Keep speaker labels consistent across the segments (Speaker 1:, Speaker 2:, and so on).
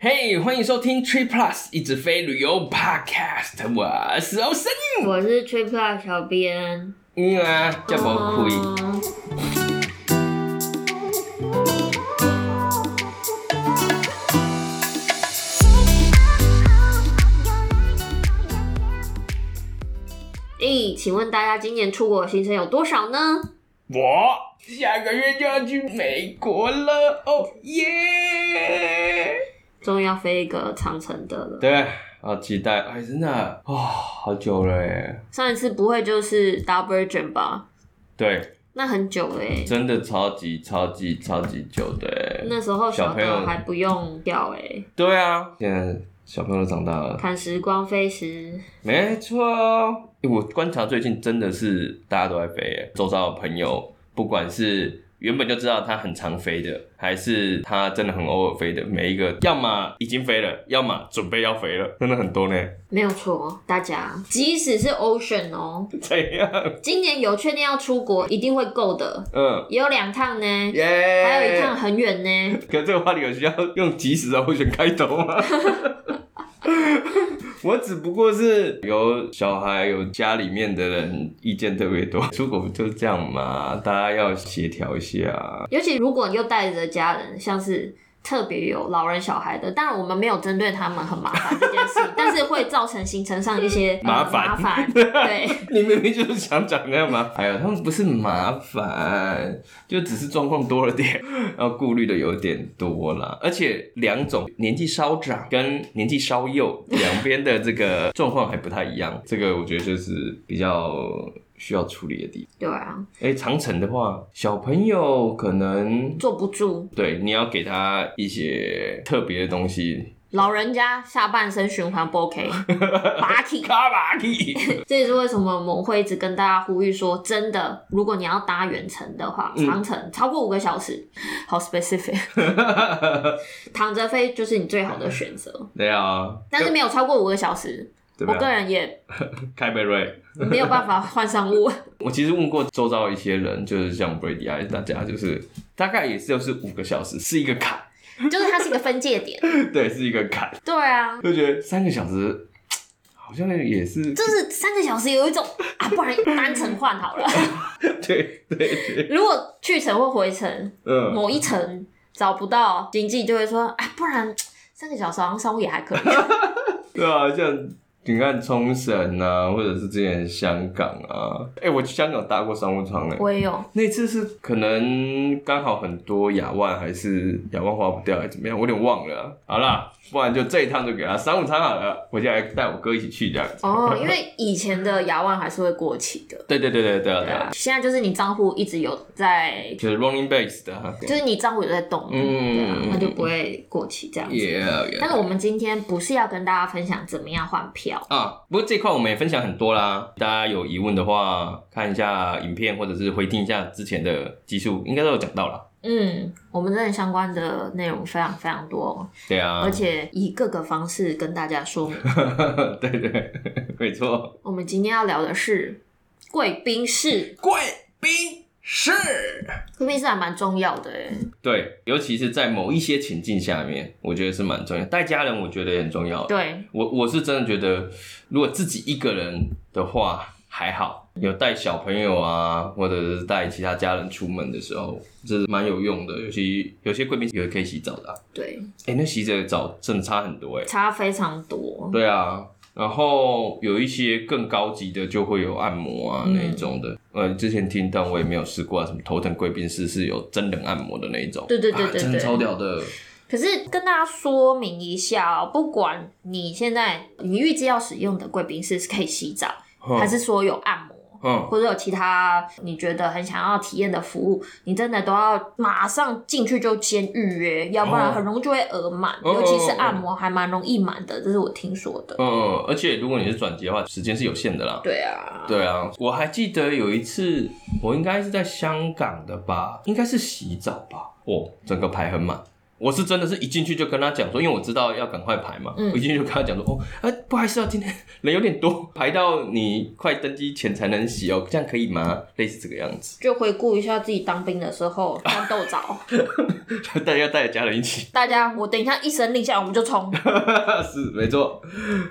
Speaker 1: 嘿欢迎收听 Tree Plus 一直飞旅游 Podcast，我是欧森。
Speaker 2: 我是 Triple 小编，
Speaker 1: 嗯啊，叫我 亏。
Speaker 2: 嗯咦，请问大家今年出国的行程有多少呢？
Speaker 1: 我下个月就要去美国了，哦耶！
Speaker 2: 终于要飞一个长城的了。
Speaker 1: 对，啊好期待！哎，真的啊、哦，好久了耶。
Speaker 2: 上一次不会就是 Double Virgin 吧？
Speaker 1: 对，
Speaker 2: 那很久了欸
Speaker 1: 真的超级超级超级久的耶。
Speaker 2: 那时候
Speaker 1: 小
Speaker 2: 小
Speaker 1: 朋友
Speaker 2: 的还不用票哎，
Speaker 1: 对啊，现在小朋友都长大了，
Speaker 2: 看时光飞逝。
Speaker 1: 没错，欸我观察最近真的是大家都在飞耶，周遭的朋友，不管是原本就知道他很常飞的，还是他真的很偶尔飞的，每一个要么已经飞了，要么准备要飞了，真的很多呢。
Speaker 2: 没有错，大家，即使是 Ocean 哦，
Speaker 1: 怎样？
Speaker 2: 今年有确定要出国，一定会够的，
Speaker 1: 嗯，
Speaker 2: 也有两趟呢，
Speaker 1: 耶、
Speaker 2: 还有一趟。很远呢。
Speaker 1: 可这个话题有需要用即时的候选开头吗？ 我只不过是有小孩，有家里面的人意见特别多，出国不就是这样嘛？大家要协调一下。啊
Speaker 2: 尤其如果你又带着家人，像是特别有老人小孩的，当然我们没有针对他们很麻烦这件事， 但是会造成行程上一些、呃
Speaker 1: 麻烦
Speaker 2: 麻烦，对，
Speaker 1: 你明明就是想讲那样嘛。哎呀，他们不是麻烦，就只是状况多了点， 然后顾虑的有点多啦。而且两种年纪稍长跟年纪稍幼两边的这个状况还不太一样，这个我觉得就是比较需要处理的地方。
Speaker 2: 对啊，
Speaker 1: 哎，长城的话，小朋友可能
Speaker 2: 坐不住，
Speaker 1: 对你要给他一些特别的东西，
Speaker 2: 老人家下半身循环不 OK，拔起。
Speaker 1: 卡巴蒂。
Speaker 2: 这也是为什么我们会一直跟大家呼吁说，真的，如果你要搭远程的话，
Speaker 1: 嗯
Speaker 2: 长程超过五个小时，好 specific，躺着飞就是你最好的选择。
Speaker 1: 对啊，
Speaker 2: 但是没有超过五个小时，
Speaker 1: 怎么
Speaker 2: 我个
Speaker 1: 样？
Speaker 2: 人也
Speaker 1: 开贝瑞。
Speaker 2: 没有办法换上 我。
Speaker 1: 我其实问过周遭一些人，就是像 Brady 啊，大家就是大概也就是五个小时是一个坎，
Speaker 2: 就是它是一个分界点。
Speaker 1: 对，是一个坎，
Speaker 2: 对啊，
Speaker 1: 就觉得三个小时好像也是
Speaker 2: 就是三个小时有一种啊，不然单程换好了。
Speaker 1: 对对对，
Speaker 2: 如果去程或回程
Speaker 1: 嗯，
Speaker 2: 某一程找不到，经济就会说啊，不然三个小时好像稍微也还可以。
Speaker 1: 对啊，像你看冲绳啊，或者是之前香港啊，哎、我去香港搭过商务舱哎、
Speaker 2: 我也有，
Speaker 1: 那次是可能刚好很多亚万还是亚万花不掉还是怎么样，我有点忘了啊、好啦，不然就这一趟就给他商务舱好了，我现在带我哥一起去这样子。
Speaker 2: 哦，因为以前的牙万还是会过期的。
Speaker 1: 对对对对对啊
Speaker 2: 对
Speaker 1: 对啊
Speaker 2: 啊，，现在就是你账户一直有在，
Speaker 1: 就是 Running Base 的哈。
Speaker 2: 就是你账户有在动，
Speaker 1: 嗯
Speaker 2: 对啊，它就不会过期这样子。
Speaker 1: Yeah,
Speaker 2: 但
Speaker 1: yeah.
Speaker 2: 是我们今天不是要跟大家分享怎么样换票，
Speaker 1: 啊，不过这块我们也分享很多啦，大家有疑问的话，看一下影片或者是回听一下之前的技术，应该都有讲到啦。
Speaker 2: 嗯，我们真的相关的内容非常非常多哦、
Speaker 1: 对啊
Speaker 2: 而，且以各个方式跟大家说明。
Speaker 1: 对对，没错。
Speaker 2: 我们今天要聊的是贵宾室，
Speaker 1: 贵宾室，
Speaker 2: 贵宾室还蛮重要的哎。
Speaker 1: 对，尤其是在某一些情境下面，我觉得是蛮重要。带家人，我觉得也很重要。
Speaker 2: 对，
Speaker 1: 我我是真的觉得，如果自己一个人的话还好，有带小朋友啊，或者是带其他家人出门的时候，这是蛮有用的。尤其有些贵宾有可以洗澡的、啊，
Speaker 2: 对，
Speaker 1: 哎、那洗着澡真的差很多哎、
Speaker 2: 差非常多。
Speaker 1: 对啊，然后有一些更高级的就会有按摩啊
Speaker 2: 嗯
Speaker 1: 那一种的，呃，之前听但我也没有试过啊，什么头疼贵宾室是有真人按摩的那一种，
Speaker 2: 对对对
Speaker 1: 啊
Speaker 2: 对
Speaker 1: 真的
Speaker 2: 对
Speaker 1: 超屌的，
Speaker 2: 可是跟大家说明一下哦，不管你现在你预计要使用的贵宾室是可以洗澡，
Speaker 1: 哼
Speaker 2: 还是说有按摩，
Speaker 1: 嗯，
Speaker 2: 或者有其他你觉得很想要体验的服务，你真的都要马上进去就先预约，要不然很容易就会额满。
Speaker 1: 哦
Speaker 2: 尤其是按摩还蛮容易满的，这是我听说的。
Speaker 1: 嗯，而且如果你是转接的话，时间是有限的啦。
Speaker 2: 对啊，
Speaker 1: 对啊，我还记得有一次，我应该是在香港的吧，应该是洗澡吧。哦，整个排很满，我是真的是一进去就跟他讲说，因为我知道要赶快排嘛，
Speaker 2: 嗯
Speaker 1: 我一进去就跟他讲说，哦，哎、不好意思啊，今天 人有点多，排到你快登机前才能洗哦，这样可以吗？类似这个样子，
Speaker 2: 就回顾一下自己当兵的时候战斗澡，
Speaker 1: 大家带着家人一起，
Speaker 2: 大家我等一下一声令下我们 就冲，
Speaker 1: 是没错，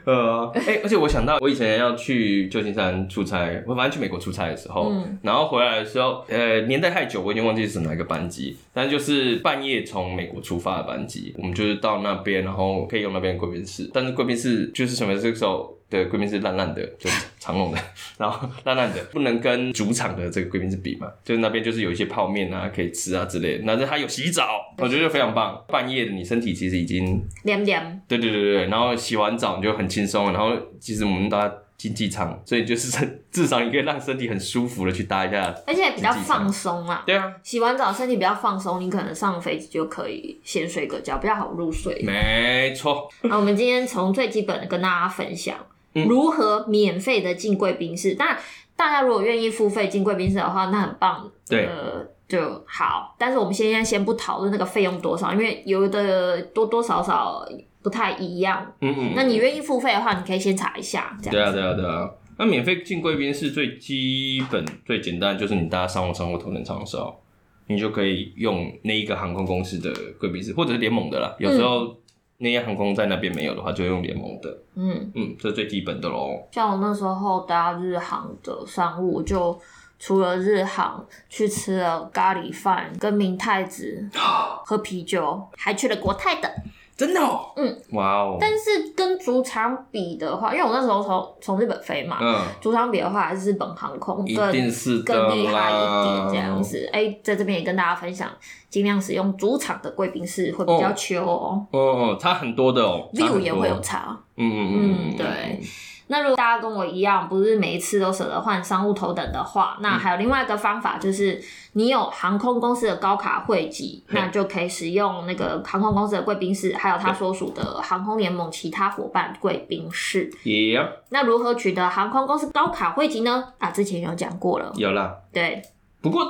Speaker 1: 呃，哎、而且我想到我以前要去旧金山出差，我反正去美国出差的时候，
Speaker 2: 嗯
Speaker 1: 然后回来的时候，呃，年代太久，我已经忘记是哪个班机，但就是半夜从美国出发的班机，我们就是到那边，然后可以用那边的贵宾室，但是贵宾室就是什么这个时候。的贵宾室烂烂的，就是长龙的， 然后烂烂的，不能跟主场的这个贵宾室比嘛，就是那边就是有一些泡面啊可以吃啊之类的，但是它有洗澡，我觉得就非常棒。半夜的你身体其实已经
Speaker 2: 凉凉，
Speaker 1: 对对对对，对然后洗完澡你就很轻松，然后其实我们搭经济舱，所以就是 身至少你可以让身体很舒服的去搭一下。
Speaker 2: 而且比较放松啦。
Speaker 1: 对啊，
Speaker 2: 洗完澡身体比较放松，你可能上飞机就可以先睡个觉，比较好入睡。
Speaker 1: 没错，
Speaker 2: 那我们今天从最基本的跟大家分享
Speaker 1: 嗯
Speaker 2: 如何免费的进贵宾室。当然，大家如果愿意付费进贵宾室的话，那很棒。
Speaker 1: 对
Speaker 2: 呃，就好。但是我们现在先不讨论那个费用多少，因为有的多多少少不太一样。
Speaker 1: 嗯嗯，
Speaker 2: 那你愿意付费的话，你可以先查一下，这样。
Speaker 1: 对啊对啊对啊。那免费进贵宾室最基本最简单，就是你搭商务舱或头等舱的时候，你就可以用那一个航空公司的贵宾室，或者是联盟的啦。有时候那些航空在那边没有的话，就用联盟的。
Speaker 2: 嗯，
Speaker 1: 嗯，这最基本的喽。
Speaker 2: 像我那时候搭日航的商务，我就除了日航去吃了咖喱饭、跟明太子、喝啤酒，还去了国泰的。
Speaker 1: 真的、哦？
Speaker 2: 嗯，
Speaker 1: 哇哦。
Speaker 2: 但是跟主场比的话，因为我那时候从从日本飞嘛，
Speaker 1: 嗯。
Speaker 2: 主场比的话还是日本航空
Speaker 1: 一
Speaker 2: 更
Speaker 1: 定是的
Speaker 2: 更厉害一
Speaker 1: 啦
Speaker 2: 点这样子。哎、在这边也跟大家分享，尽量使用主场的贵宾室会比较秋哦
Speaker 1: 哦哦，差很多的哦
Speaker 2: v
Speaker 1: 差
Speaker 2: i e w
Speaker 1: 很
Speaker 2: 也
Speaker 1: 多
Speaker 2: 会有差。
Speaker 1: 嗯嗯嗯，
Speaker 2: 嗯对。那如果大家跟我一样，不是每一次都舍得换商务头等的话，
Speaker 1: 嗯
Speaker 2: 那还有另外一个方法，就是你有航空公司的高卡会籍，
Speaker 1: 嗯
Speaker 2: 那就可以使用那个航空公司的贵宾室，还有它所属的航空联盟其他伙伴贵宾室。
Speaker 1: 也
Speaker 2: 那如何取得航空公司高卡会籍呢？啊，之前有讲过了，
Speaker 1: 有啦。
Speaker 2: 对，
Speaker 1: 不过，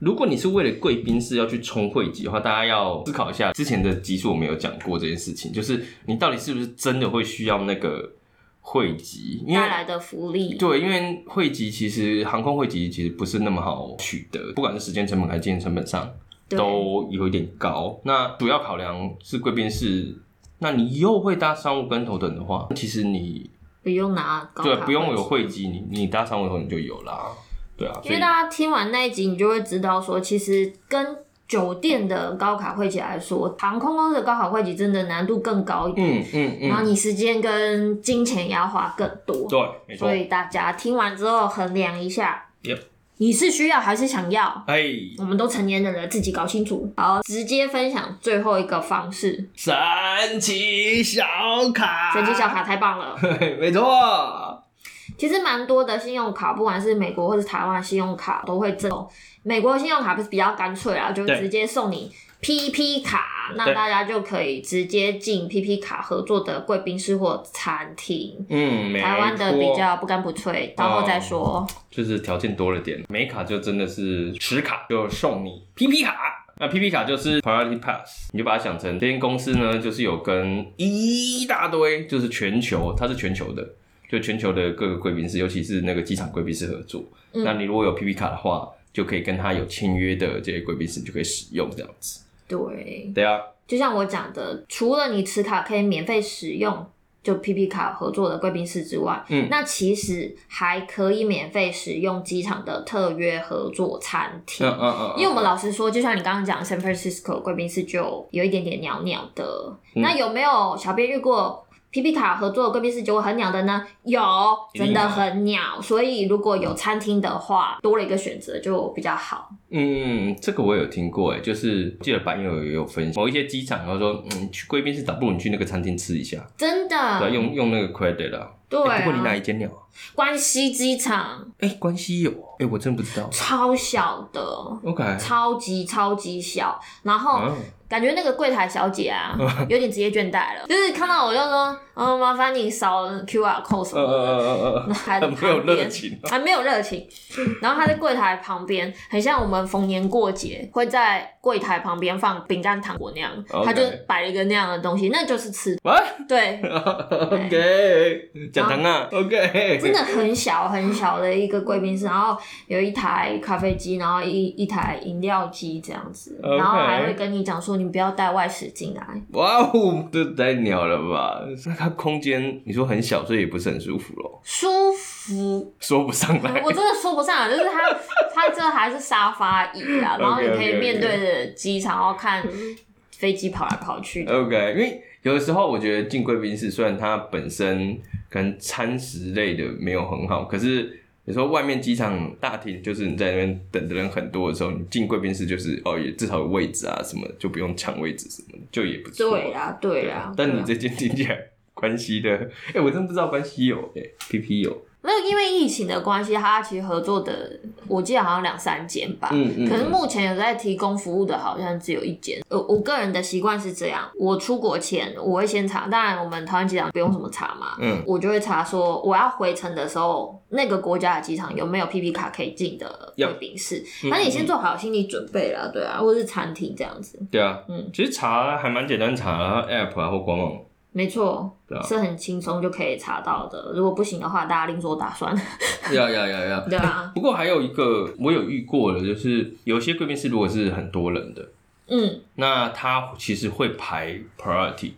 Speaker 1: 如果你是为了贵宾室要去冲会籍的话，大家要思考一下之前的集数我们有讲过这件事情，就是你到底是不是真的会需要那个会籍，因为
Speaker 2: 带。来的福利，
Speaker 1: 对，因为会籍其实航空会籍其实不是那么好取得，不管是时间成本还是金钱成本上，
Speaker 2: 对
Speaker 1: 都有一点高。那主要考量是贵宾室，那你又会搭商务跟头等的话，其实你
Speaker 2: 不用拿高卡
Speaker 1: 对
Speaker 2: 会籍
Speaker 1: 不用有会籍，你你搭商务头等就有啦。对啊，
Speaker 2: 因
Speaker 1: 所以
Speaker 2: 为大家听完那一集，你就会知道说，其实跟酒店的高卡会籍来说，航空公司的高卡会籍真的难度更高一点，
Speaker 1: 嗯嗯
Speaker 2: 然后
Speaker 1: 嗯，
Speaker 2: 你时间跟金钱也要花更多。
Speaker 1: 对，没错
Speaker 2: 所。以大家听完之后衡量一下
Speaker 1: Yep
Speaker 2: 你是需要还是想要？
Speaker 1: 哎，
Speaker 2: 我们都成年人了，自己搞清楚。好，直接分享最后一个方式，
Speaker 1: 神奇小卡，
Speaker 2: 神奇 小，卡太棒了。
Speaker 1: 没错。
Speaker 2: 其实蛮多的信用卡，不管是美国或是台湾的信用卡都会赠。哦美国的信用卡不是比较干脆啊，就
Speaker 1: 对
Speaker 2: 直接送你 PP 卡，那
Speaker 1: 对
Speaker 2: 大家就可以直接进 PP 卡合作的贵宾室或餐厅。
Speaker 1: 嗯，没
Speaker 2: 台湾的比
Speaker 1: 错嗯
Speaker 2: 较不干不脆，到后再说。
Speaker 1: 就是条件多了点，美卡就真的是持卡就送你 PP 卡。那 PP 卡就是 Priority Pass，你就把它想成这间公司呢，就是有跟一大堆，就是全球，它是全球的，就全球的各个贵宾室，尤其是那个机场贵宾室合作。
Speaker 2: 嗯
Speaker 1: 那你如果有 PP 卡的话，就可以跟它有签约的这些贵宾室，你就可以使用这样子。
Speaker 2: 对，
Speaker 1: 对啊，
Speaker 2: 就像我讲的，除了你持卡可以免费使用。就 PP 卡合作的贵宾室之外，
Speaker 1: 嗯
Speaker 2: 那其实还可以免费使用机场的特约合作餐厅。
Speaker 1: 嗯嗯嗯，
Speaker 2: 因为我们老实说，就像你刚刚讲，San Francisco 贵宾室就有一点点鸟鸟的。
Speaker 1: 嗯
Speaker 2: 那有没有小编遇过 PP 卡合作的贵宾室结果很鸟的呢？有，
Speaker 1: 一定有
Speaker 2: 真的很鸟。所以如果有餐厅的话，多了一个选择就比较好。
Speaker 1: 嗯，这个我有听过，哎，就是记得白友也有分享，某一些机场，然后说，嗯，去贵宾室倒不如你去那个餐厅吃一下，
Speaker 2: 真的，
Speaker 1: 对啊，用用那个 credit 啦。
Speaker 2: 对
Speaker 1: 欸不过你哪
Speaker 2: 啊，
Speaker 1: 一间鸟啊？
Speaker 2: 关西机场
Speaker 1: 哎、关西有，哎、我真不知道。嗯哦
Speaker 2: 超小的，
Speaker 1: OK，
Speaker 2: 超级超级小，然后。
Speaker 1: 啊
Speaker 2: 感觉那个柜台小姐啊，
Speaker 1: 嗯
Speaker 2: 有点职业倦怠了，就是看到我就说，嗯，麻烦你扫 QR code 什
Speaker 1: 呃
Speaker 2: 么的。
Speaker 1: 呃呃呃
Speaker 2: 然后还
Speaker 1: 很没有
Speaker 2: 旁边
Speaker 1: 热 情
Speaker 2: 还没有热情。然后他在柜台旁边，很像我们逢年过节会在柜台旁边放饼干、糖果那样
Speaker 1: OK
Speaker 2: 他就摆了一个那样的东西，那就是吃。
Speaker 1: 呃，
Speaker 2: 对，
Speaker 1: 喂，OK，讲堂啊，OK，
Speaker 2: 真的很小很小的一个贵宾室，然后有一台咖啡机，然后一一台饮料机这样子
Speaker 1: OK
Speaker 2: 然后还会跟你讲说你不要带外食进来。
Speaker 1: 哇哦，这太鸟了吧？它空间你说很小，所以也不是很舒服咯，
Speaker 2: 舒服，
Speaker 1: 说不上来
Speaker 2: 我。真的说不上来，就是它它这还是沙发椅啊，然后你可以
Speaker 1: OK，OK，OK
Speaker 2: 面对着机场，然后看飞机跑来跑去的。
Speaker 1: OK，因为有的时候我觉得进贵宾室，虽然它本身可能餐食类的没有很好，可是有时候外面机场大厅就是你在那边等的人很多的时候，你进贵宾室就是哦，也至少有位置啊什么的，就不用抢位置什么的，就也不错。啊
Speaker 2: 对啊啦，对啦，
Speaker 1: 但
Speaker 2: 对
Speaker 1: 你
Speaker 2: 啦
Speaker 1: 这件听起来关西的，哎、我真不知道关西有哎、p P 有，
Speaker 2: 没有因为疫情的关系，它其实合作的，我记得好像两三间吧。
Speaker 1: 嗯嗯
Speaker 2: 可是目前有在提供服务的，好像只有一间。呃，我个人的习惯是这样，我出国前我会先查，当然我们台湾机场不用什么查嘛，
Speaker 1: 嗯
Speaker 2: 我就会查说我要回程的时候，那个国家的机场有没有 PP 卡可以进的贵
Speaker 1: Yup 嗯
Speaker 2: 宾室。那你先做好心理准备啦，对啊，或是餐厅这样子，
Speaker 1: 对啊，
Speaker 2: 嗯，
Speaker 1: 其实查还蛮简单查，然后 App 啊或官网，
Speaker 2: 没错
Speaker 1: 对啊，
Speaker 2: 是很轻松就可以查到的。如果不行的话，大家另做 打算，
Speaker 1: 要要要要。
Speaker 2: 对啊，
Speaker 1: 不过还有一个我有遇过的，就是有些贵宾室如果是很多人的，
Speaker 2: 嗯，
Speaker 1: 那它其实会排 priority，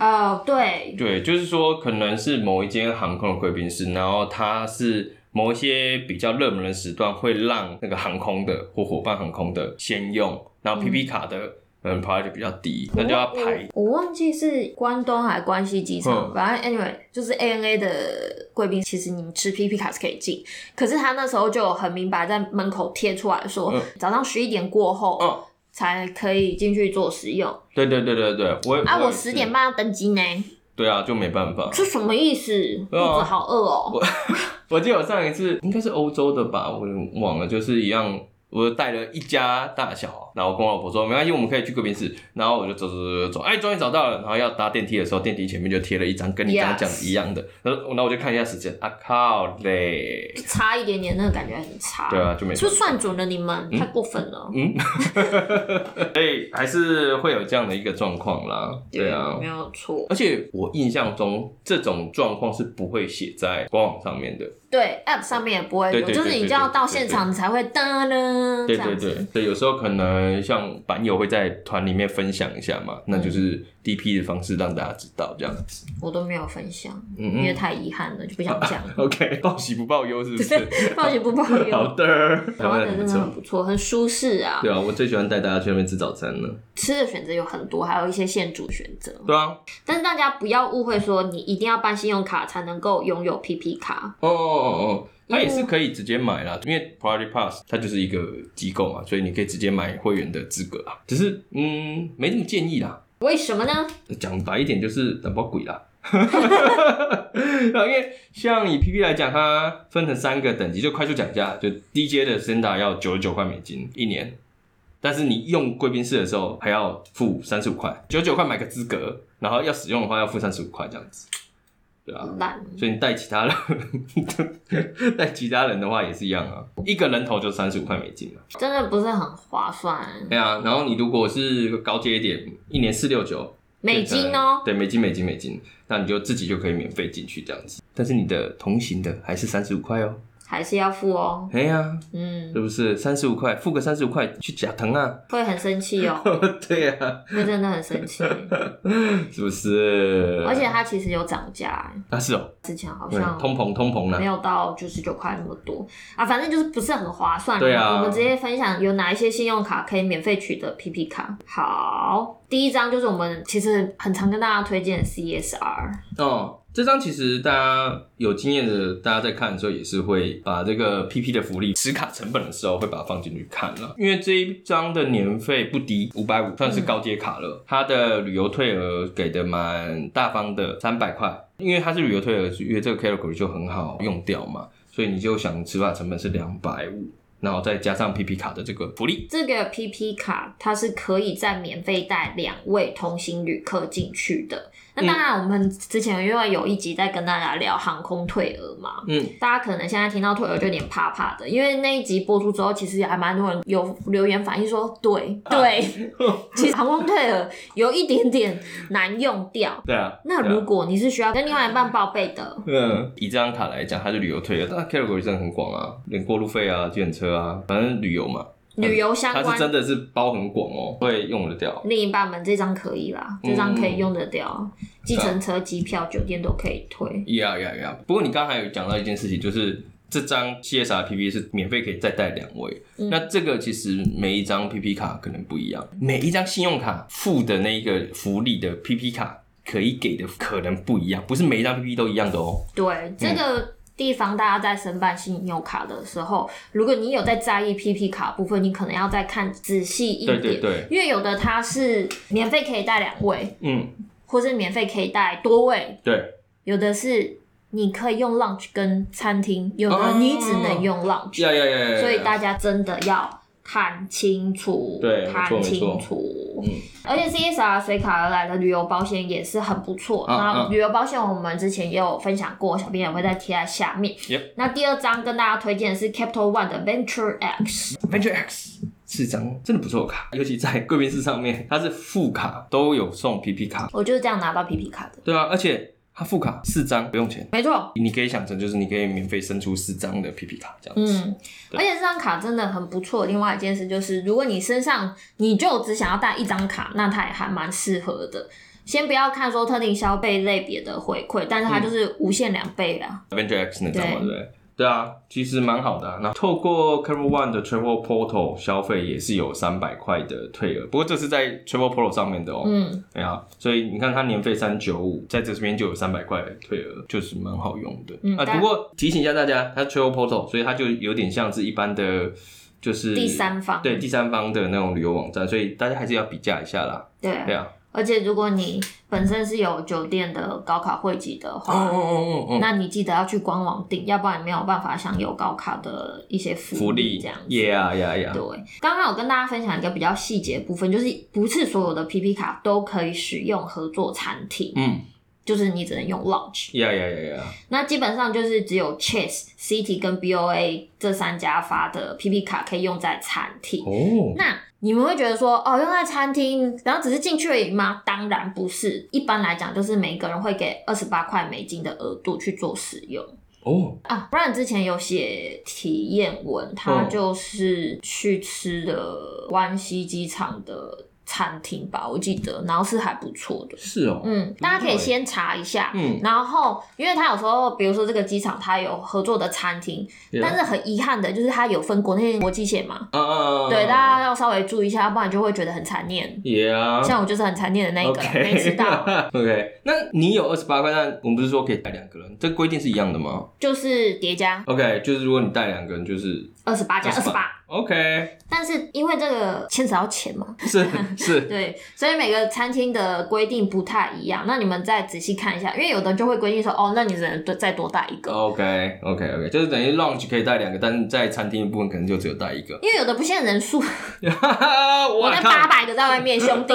Speaker 2: 哦，对，
Speaker 1: 对，就是说可能是某一间航空的贵宾室，然后它是某一些比较热门的时段会让那个航空的或伙伴航空的先用，然后 PP 卡的嗯 priority 比较低，那就要排。
Speaker 2: 我忘记是关东还是关西机场，
Speaker 1: 嗯
Speaker 2: 反正 anyway 就是 ANA 的贵宾，其实你们吃 PP 卡是可以进，可是他那时候就有很明白在门口贴出来说，
Speaker 1: 嗯
Speaker 2: 早上十一点过后、
Speaker 1: 嗯，
Speaker 2: 才可以进去做食用。
Speaker 1: 对对对对对，我也
Speaker 2: 啊，我
Speaker 1: 也是
Speaker 2: 十点半要登机呢，
Speaker 1: 对啊，就没办法。
Speaker 2: 这什么意思？肚
Speaker 1: 对啊
Speaker 2: 子好饿哦。
Speaker 1: 我记得我上一次应该是欧洲的吧，我忘了，就是一样，我带了一家大小，啊然后我跟我老婆说没关系，我们可以去贵宾室，然后我就走走走走走，哎，终于找到了，然后要搭电梯的时候，电梯前面就贴了一张跟你刚刚讲的一样的，然后然后我就看一下时间，啊靠嘞，
Speaker 2: 差一点点，那个感觉很差。
Speaker 1: 对啊，就没嗯
Speaker 2: 是
Speaker 1: 事
Speaker 2: 不，是算准了你们？太过分了。
Speaker 1: 所以还是会有这样的一个状况啦，对啊
Speaker 2: 没。有错。
Speaker 1: 而且我印象中，这种状况是不会写在官网上面的。
Speaker 2: 对，App 上面也不会
Speaker 1: 对
Speaker 2: 有，
Speaker 1: 对对
Speaker 2: 就是你
Speaker 1: 对
Speaker 2: 就要
Speaker 1: 对
Speaker 2: 到
Speaker 1: 对
Speaker 2: 现
Speaker 1: 对
Speaker 2: 场你才会噔噔
Speaker 1: 对
Speaker 2: 这样
Speaker 1: 对
Speaker 2: 子。
Speaker 1: 对对，有时候可能像版友会在团里面分享一下嘛，那就是
Speaker 2: 嗯
Speaker 1: DP 的方式让大家知道这样子。
Speaker 2: 我都没有分享，
Speaker 1: 嗯
Speaker 2: 因为
Speaker 1: 嗯
Speaker 2: 太遗憾了，就不 想讲。
Speaker 1: ，OK，报喜不报忧是不是？
Speaker 2: 报喜不 报
Speaker 1: 好
Speaker 2: 忧，
Speaker 1: 的，
Speaker 2: 台湾的真的很
Speaker 1: 错。
Speaker 2: 不错，很舒适啊，
Speaker 1: 对啊，我最喜欢带大家去那边吃早餐了。
Speaker 2: 吃的选择有很多，还有一些现煮选择。
Speaker 1: 对啊，
Speaker 2: 但是大家不要误会，说你一定要办信用卡才能够拥有 PP 卡。
Speaker 1: 哦哦哦哦，它也
Speaker 2: 因为
Speaker 1: 是可以直接买啦，因为 Priority Pass 它就是一个机构嘛，所以你可以直接买会员的资格啦。只是嗯，没这么建议啦。
Speaker 2: 为什么呢？
Speaker 1: 讲白一点就是等包鬼啦。 然后因为像以 PP 来讲，它分成三个等级，就快速讲一下，就低阶的 Senda 要九十九块美金一年，但是你用贵宾室的时候还要付三十五块，九十九块买个资格，然后要使用的话要付三十五块这样子，对啊，
Speaker 2: 懒，
Speaker 1: 所以你带其他人， 带其他人的话也是一样啊，一个人头就三十五块美金了。
Speaker 2: 真的不是很划算。
Speaker 1: 对啊，然后你如果是高阶一点，一年四六九，
Speaker 2: 美金哦、
Speaker 1: 对，美金美金美金，那你就自己就可以免费进去这样子，但是你的同行的还是三十五块哦。
Speaker 2: 还是要付哦、
Speaker 1: 哎呀、
Speaker 2: 嗯，
Speaker 1: 是不是三十五块？付个三十五块去假疼啊？
Speaker 2: 会很生气哦、
Speaker 1: 对呀、
Speaker 2: 会真的很生气。
Speaker 1: 是不是？
Speaker 2: 而且它其实有涨价、
Speaker 1: 啊是哦，
Speaker 2: 之前好
Speaker 1: 对
Speaker 2: 像，
Speaker 1: 通膨通膨
Speaker 2: 没
Speaker 1: 啦。
Speaker 2: 有到九十九块那么多啊，反正就是不是很划算。
Speaker 1: 对啊
Speaker 2: 我们直接分享有哪一些信用卡可以免费取得 PP 卡。好，第一张就是我们其实很常跟大家推荐的 CSR。
Speaker 1: 哦，这张其实大家有经验的，大家在看的时候也是会把这个 PP 的福利持卡成本的时候会把它放进去看了，因为这一张的年费不低，五百五算是高阶卡了，它的旅游退额给的蛮大方的，三百块，因为它是旅游退额，因为这个 category 就很好用掉嘛，所以你就想持卡成本是两百五。然后再加上 PP 卡的这个福利。
Speaker 2: 这个 PP 卡它是可以再免费带两位同行旅客进去的。那
Speaker 1: 嗯
Speaker 2: 当然，我们之前因为有一集在跟大家聊航空退额嘛，
Speaker 1: 嗯，
Speaker 2: 大家可能现在听到退额就有点怕怕的，因为那一集播出之后，其实还蛮多人有留言反映说，对 对，其实航空退额有一点点难用掉。
Speaker 1: 对啊。
Speaker 2: 那
Speaker 1: 对啊
Speaker 2: 如果你是需要跟另外一半报备的，
Speaker 1: 嗯，以这张卡来讲，它是旅游退的，但它 category 真的很广啊，连过路费啊、计程车啊，反正旅游嘛，
Speaker 2: 旅游相
Speaker 1: 它
Speaker 2: 关
Speaker 1: 是真的是包很广哦，会用得掉。
Speaker 2: 另一半们这张可以啦，
Speaker 1: 嗯
Speaker 2: 这张可以用得掉，计、程车、机票、酒店都可以退。
Speaker 1: 呀呀呀！不过你刚才有讲到一件事情，就是这张 CSR PP 是免费可以再带两位，
Speaker 2: 嗯
Speaker 1: 那这个其实每一张 PP 卡可能不一样，每一张信用卡付的那个福利的 PP 卡可以给的可能不一样，不是每一张 PP 都一样的哦。
Speaker 2: 对，这
Speaker 1: 嗯
Speaker 2: 个地方大家在申办信用卡的时候，如果你有在在意 PP 卡部分，你可能要再看仔细一
Speaker 1: 对对
Speaker 2: 点，
Speaker 1: 对，
Speaker 2: 因为有的它是免费可以带两位，
Speaker 1: 嗯，
Speaker 2: 或是免费可以带多位，
Speaker 1: 对，
Speaker 2: 有的是你可以用 lunch 跟餐厅，有的
Speaker 1: 哦
Speaker 2: 你只能用 lunch，、
Speaker 1: 呀呀呀呀呀！
Speaker 2: 所以大家真的要看清楚，
Speaker 1: 对没错
Speaker 2: 看清
Speaker 1: 没
Speaker 2: 楚。
Speaker 1: 嗯
Speaker 2: 而且 CSR 随卡而来的旅游保险也是很不错。
Speaker 1: 嗯
Speaker 2: 那
Speaker 1: 嗯
Speaker 2: 旅游保险我们之前也有分享过，小编也会再贴在下面。
Speaker 1: Yep
Speaker 2: 那第二张跟大家推荐的是 Capital One 的 Venture X，
Speaker 1: Venture X 是一张真的不错的卡，尤其在贵宾室上面，它是副卡都有送 PP 卡，
Speaker 2: 我就是这样拿到 PP 卡的。
Speaker 1: 对啊，而且它副卡四张不用钱。
Speaker 2: 没错，
Speaker 1: 你可以想成就是你可以免费生出四张的 PP 卡这样子。
Speaker 2: 嗯，
Speaker 1: 对
Speaker 2: 而且这张卡真的很不错。另外一件事就是，如果你身上你就只想要带一张卡，那它也还蛮适合的。先不要看说特定消费类别的回馈，但是它就是无限两倍啦。
Speaker 1: Avenger X 那张嘛，对不对？对啊，其实蛮好的、啊。然后透过 Travel One 的 Travel Portal 消费也是有三百块的退额，不过这是在 Travel Portal 上面的哦。
Speaker 2: 嗯，
Speaker 1: 对啊，所以你看它年费三九五，在这边就有三百块的退额，就是蛮好用的。
Speaker 2: 嗯
Speaker 1: 啊，
Speaker 2: 但
Speaker 1: 不过提醒一下大家，它 Travel Portal，所以它就有点像是一般的，就是
Speaker 2: 第三方
Speaker 1: 对第三方的那种旅游网站，所以大家还是要比价一下啦。
Speaker 2: 对
Speaker 1: 对啊，
Speaker 2: 而且如果你本身是有酒店的高卡汇集的
Speaker 1: 哦
Speaker 2: 话，
Speaker 1: 哦哦哦哦，
Speaker 2: 那你记得要去官网订，要不然没有办法享有高卡的一些
Speaker 1: 福利
Speaker 2: 这样子。
Speaker 1: 呀呀呀，
Speaker 2: 对，刚刚有跟大家分享一个比较细节的部分，就是不是所有的 PP 卡都可以使用合作餐厅，
Speaker 1: 嗯，
Speaker 2: 就是你只能用 Lunch。
Speaker 1: 呀呀呀呀，
Speaker 2: 那基本上就是只有 Chase、City 跟 BOA 这三家发的 PP 卡可以用在餐厅。
Speaker 1: 哦，
Speaker 2: 那你们会觉得说，哦，用在餐厅，然后只是进去而已吗？当然不是，一般来讲就是每个人会给二十八块美金的额度去做使用
Speaker 1: 哦，
Speaker 2: 啊。不然之前有写体验文，他就是去吃的湾西机场的餐厅吧，我记得，然后是还不错的。
Speaker 1: 是哦，
Speaker 2: 嗯，大家可以先查一下。
Speaker 1: 嗯，
Speaker 2: 然后，因为他有时候，比如说这个机场，它有合作的餐厅，但是很遗憾的就是它有分国内国际线嘛，
Speaker 1: 啊啊，
Speaker 2: 对，大家要稍微注意一下，不然就会觉得很残念。
Speaker 1: ，Yeah。
Speaker 2: 像我就是很残念的那一个
Speaker 1: 嗯 OK，
Speaker 2: 没吃 到，
Speaker 1: OK，那你有二十八块，那我们不是说可以带两个人？这规定是一样的吗
Speaker 2: 就是叠加
Speaker 1: ？OK，就是如果你带两个人，就是
Speaker 2: 二十八加二十八。
Speaker 1: OK，
Speaker 2: 但是因为这个牵扯到钱嘛，
Speaker 1: 是是，
Speaker 2: 对，所以每个餐厅的规定不太一样。那你们再仔细看一下，因为有的就会规定说，哦，那你只能多再多带一
Speaker 1: 哦
Speaker 2: 个，
Speaker 1: OK OK OK，就是等于 lunch 可以带两个，但是在餐厅的部分可能就只有带一个。
Speaker 2: 因为有的不限人数，我
Speaker 1: 我
Speaker 2: 那八百个在外 面兄弟，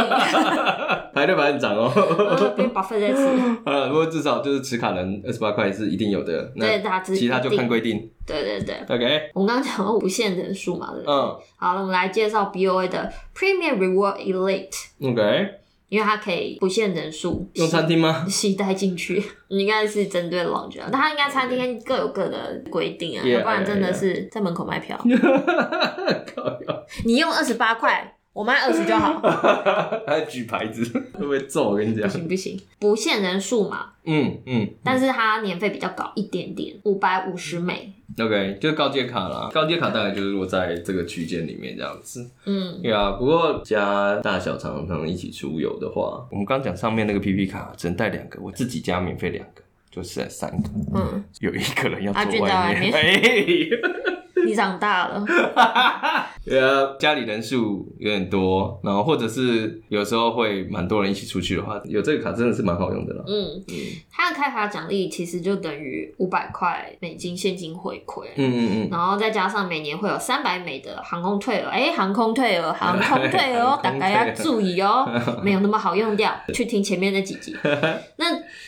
Speaker 1: 排队排很长
Speaker 2: 我
Speaker 1: 哦。
Speaker 2: 那边把分在吃，
Speaker 1: 呃，不过至少就是持卡人二十八块是一定有的，那
Speaker 2: 对，大致
Speaker 1: 其他就
Speaker 2: 一定
Speaker 1: 看规定。
Speaker 2: 对对对，
Speaker 1: OK，
Speaker 2: 我们刚刚讲到不限人数嘛，对不对？
Speaker 1: 嗯
Speaker 2: 好了，我们来介绍 BOA 的 Premium Reward Elite。
Speaker 1: ，OK，
Speaker 2: 因为它可以不限人数
Speaker 1: 用餐厅吗
Speaker 2: 携带进去， 应该是针对 lounge，啊那它应该餐厅各有各的规定啊，
Speaker 1: Yeah,
Speaker 2: 要不然真的是在门口卖票。你用二十八块，我卖二十就好，
Speaker 1: 还举牌子，会不会揍？我跟你讲
Speaker 2: 不，行不行，不限人数嘛，
Speaker 1: 嗯嗯
Speaker 2: 但是它年费比较高一点点，五百五十美，
Speaker 1: ，OK，就是高阶卡啦，高阶卡大概就是我在这个区间里面这样子。
Speaker 2: 嗯，
Speaker 1: 对啊，不过加大小常常一起出游的话，我们刚讲上面那个 PP 卡只能带两个，我自己加免费两个，就是三个，
Speaker 2: 嗯，
Speaker 1: 有一个人要
Speaker 2: 阿俊
Speaker 1: 坐
Speaker 2: 在
Speaker 1: 外
Speaker 2: 外
Speaker 1: 面。
Speaker 2: 面
Speaker 1: 哎
Speaker 2: 你你长大了，
Speaker 1: 呃，家里人数有点多，然后或者是有时候会蛮多人一起出去的话，有这个卡真的是蛮好用的啦。
Speaker 2: 嗯，它的开发奖励其实就等于五百块美金现金回馈，
Speaker 1: 嗯嗯嗯，，
Speaker 2: 然后再加上每年会有三百美的航空退额，哎，航空退额，航空退额哦大家要注意哦，没有那么好用掉，去听前面那几集。那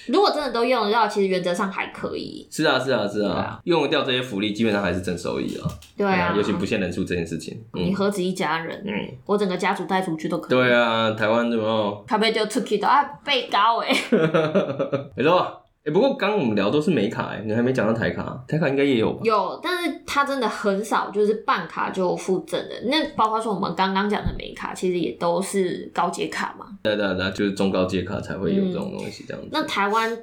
Speaker 2: 如果真的都用得到，其实原则上还可以，
Speaker 1: 是啊是啊是
Speaker 2: 对
Speaker 1: 啊
Speaker 2: 啊，
Speaker 1: 用掉这些福利基本上还是正收益啊。
Speaker 2: 对啊，
Speaker 1: 尤其不限人数这件事情。
Speaker 2: 你
Speaker 1: 嗯
Speaker 2: 何止一家人，
Speaker 1: 嗯，
Speaker 2: 我整个家族带出去都可以。
Speaker 1: 对啊，台湾怎么？
Speaker 2: 咖啡就出去的啊，被高哎、
Speaker 1: 没错。哎、不过刚刚我们聊都是美卡、欸，你还没讲到台卡，台卡应该也有吧？
Speaker 2: 有，但是它真的很少，就是办卡就附赠的。那包括说我们刚刚讲的美卡，其实也都是高阶卡嘛。
Speaker 1: 对对对，就是中高阶卡才会有这种东西这样子。
Speaker 2: 那台湾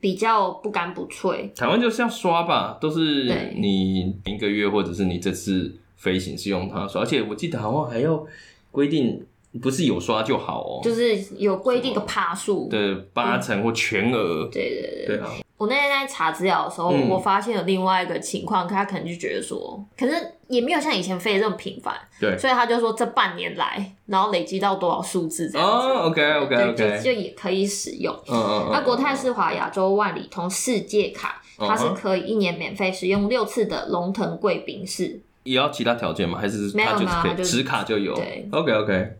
Speaker 2: 比较不干不脆，
Speaker 1: 台湾就是要刷吧，都是
Speaker 2: 对
Speaker 1: 你一个月或者是你这次飞行是用它刷，而且我记得好像还要规定，不是有刷就好哦、
Speaker 2: 就是有规定个趴数。
Speaker 1: 对八成或全额。
Speaker 2: 对对嗯对
Speaker 1: 对啊，
Speaker 2: 我那天在查资料的时候，
Speaker 1: 嗯
Speaker 2: 我发现有另外一个情况，他可能就觉得说，可是也没有像以前飞的这么频繁，
Speaker 1: 对。
Speaker 2: 所以他就说这半年来，然后累积到多少数字这样子，
Speaker 1: 哦，OK OK
Speaker 2: 对
Speaker 1: OK，
Speaker 2: 就就也可以使用。
Speaker 1: 嗯嗯嗯。
Speaker 2: 那国泰世华亚洲万里通世界卡，
Speaker 1: 嗯哼
Speaker 2: 它是可以一年免费使用六次的龙腾贵宾室。
Speaker 1: 也要其他条件吗？还是
Speaker 2: 没有
Speaker 1: 它就是
Speaker 2: 没有啊
Speaker 1: 可
Speaker 2: 它
Speaker 1: 以
Speaker 2: 就是
Speaker 1: 持卡就有
Speaker 2: 对
Speaker 1: ？OK OK，哎、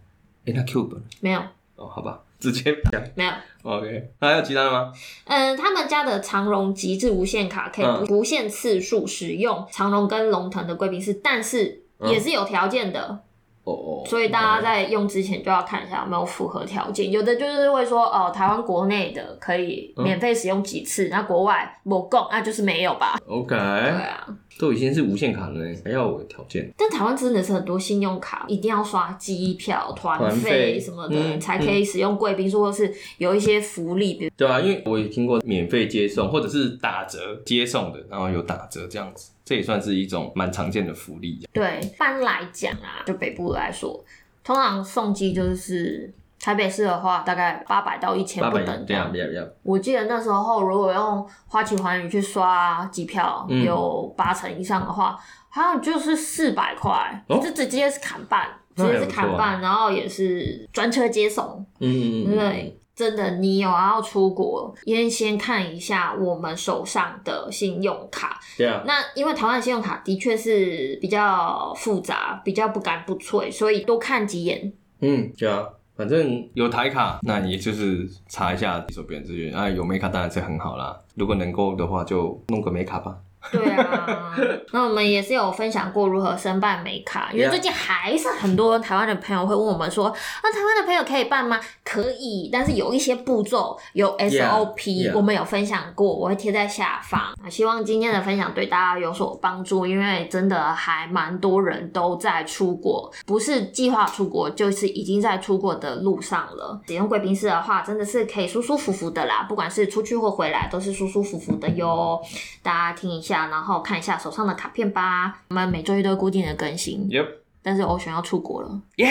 Speaker 1: 诶那 Cube 呢
Speaker 2: 没有，
Speaker 1: 哦，好吧，直接讲
Speaker 2: 没有。
Speaker 1: OK，还有其他的吗？
Speaker 2: 嗯，他们家的长荣极致无限卡可
Speaker 1: 嗯
Speaker 2: 以不限次数使用长荣跟龙腾的贵宾室，但是
Speaker 1: 嗯
Speaker 2: 也是有条件的，
Speaker 1: 哦哦，
Speaker 2: 所以大家
Speaker 1: OK
Speaker 2: 在用之前就要看一下有没有符合条件。有的就是会说，哦，台湾国内的可以免费使用几次，那国外某供那就是没有吧？
Speaker 1: OK，
Speaker 2: 对啊，
Speaker 1: 都已经是无限卡了呢，还要有条件？
Speaker 2: 但台湾真的是很多信用卡一定要刷机票、团
Speaker 1: 团费
Speaker 2: 费什么
Speaker 1: 嗯
Speaker 2: 的，才可以使用贵宾室，或是有一些福利，比如
Speaker 1: 对啊，因为我也听过免费接送或者是打折接送的，然后有打折这样子，这也算是一种蛮常见的福利。
Speaker 2: 对，一般来讲啊，就北部来说，通常送机就是台北市的话，大概八百到一千
Speaker 1: 八
Speaker 2: 不
Speaker 1: 百啊
Speaker 2: 等。
Speaker 1: 这样，这样，这样。
Speaker 2: 我记得那时候如果用花旗环宇去刷机票，
Speaker 1: 嗯
Speaker 2: 有八成以上的话，好像就是四百块，
Speaker 1: 哦
Speaker 2: 就直接是砍半，直
Speaker 1: 那还
Speaker 2: 接是
Speaker 1: 不错啊
Speaker 2: 砍半，然后也是专车接送。
Speaker 1: 嗯嗯嗯，嗯，
Speaker 2: 对，真的，你有要出国，先先看一下我们手上的信用卡，
Speaker 1: 对啊，
Speaker 2: 那因为台湾的信用卡的确是比较复杂，比较不干不脆，所以多看几眼。
Speaker 1: 嗯，对啊。反正有台卡，那你就是查一下你手边的资源啊。有美卡当然是很好啦，如果能够的话，就弄个美卡吧。
Speaker 2: 对啊，那我们也是有分享过如何申办美卡，因为
Speaker 1: Yeah
Speaker 2: 最近还是很多台湾的朋友会问我们说，那、台湾的朋友可以办吗？可以，但是有一些步骤有 SOP，
Speaker 1: yeah
Speaker 2: 我们有分享过，我会贴在下方。啊希望今天的分享对大家有所帮助，因为真的还蛮多人都在出国，不是计划出国，就是已经在出国的路上了。使用贵宾室的话，真的是可以舒舒服服的啦，不管是出去或回来，都是舒舒服服的哟。大家听一下，然后看一下手上的卡片吧。我们每周一都会固定的更新，
Speaker 1: Yep，
Speaker 2: 但是欧璇要出国了。
Speaker 1: 耶、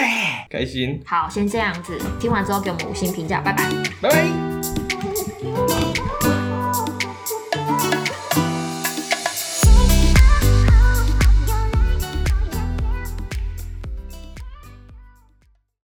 Speaker 1: 开心，
Speaker 2: 好，先这样子，听完之后给我们五星评价，拜拜。
Speaker 1: 拜拜。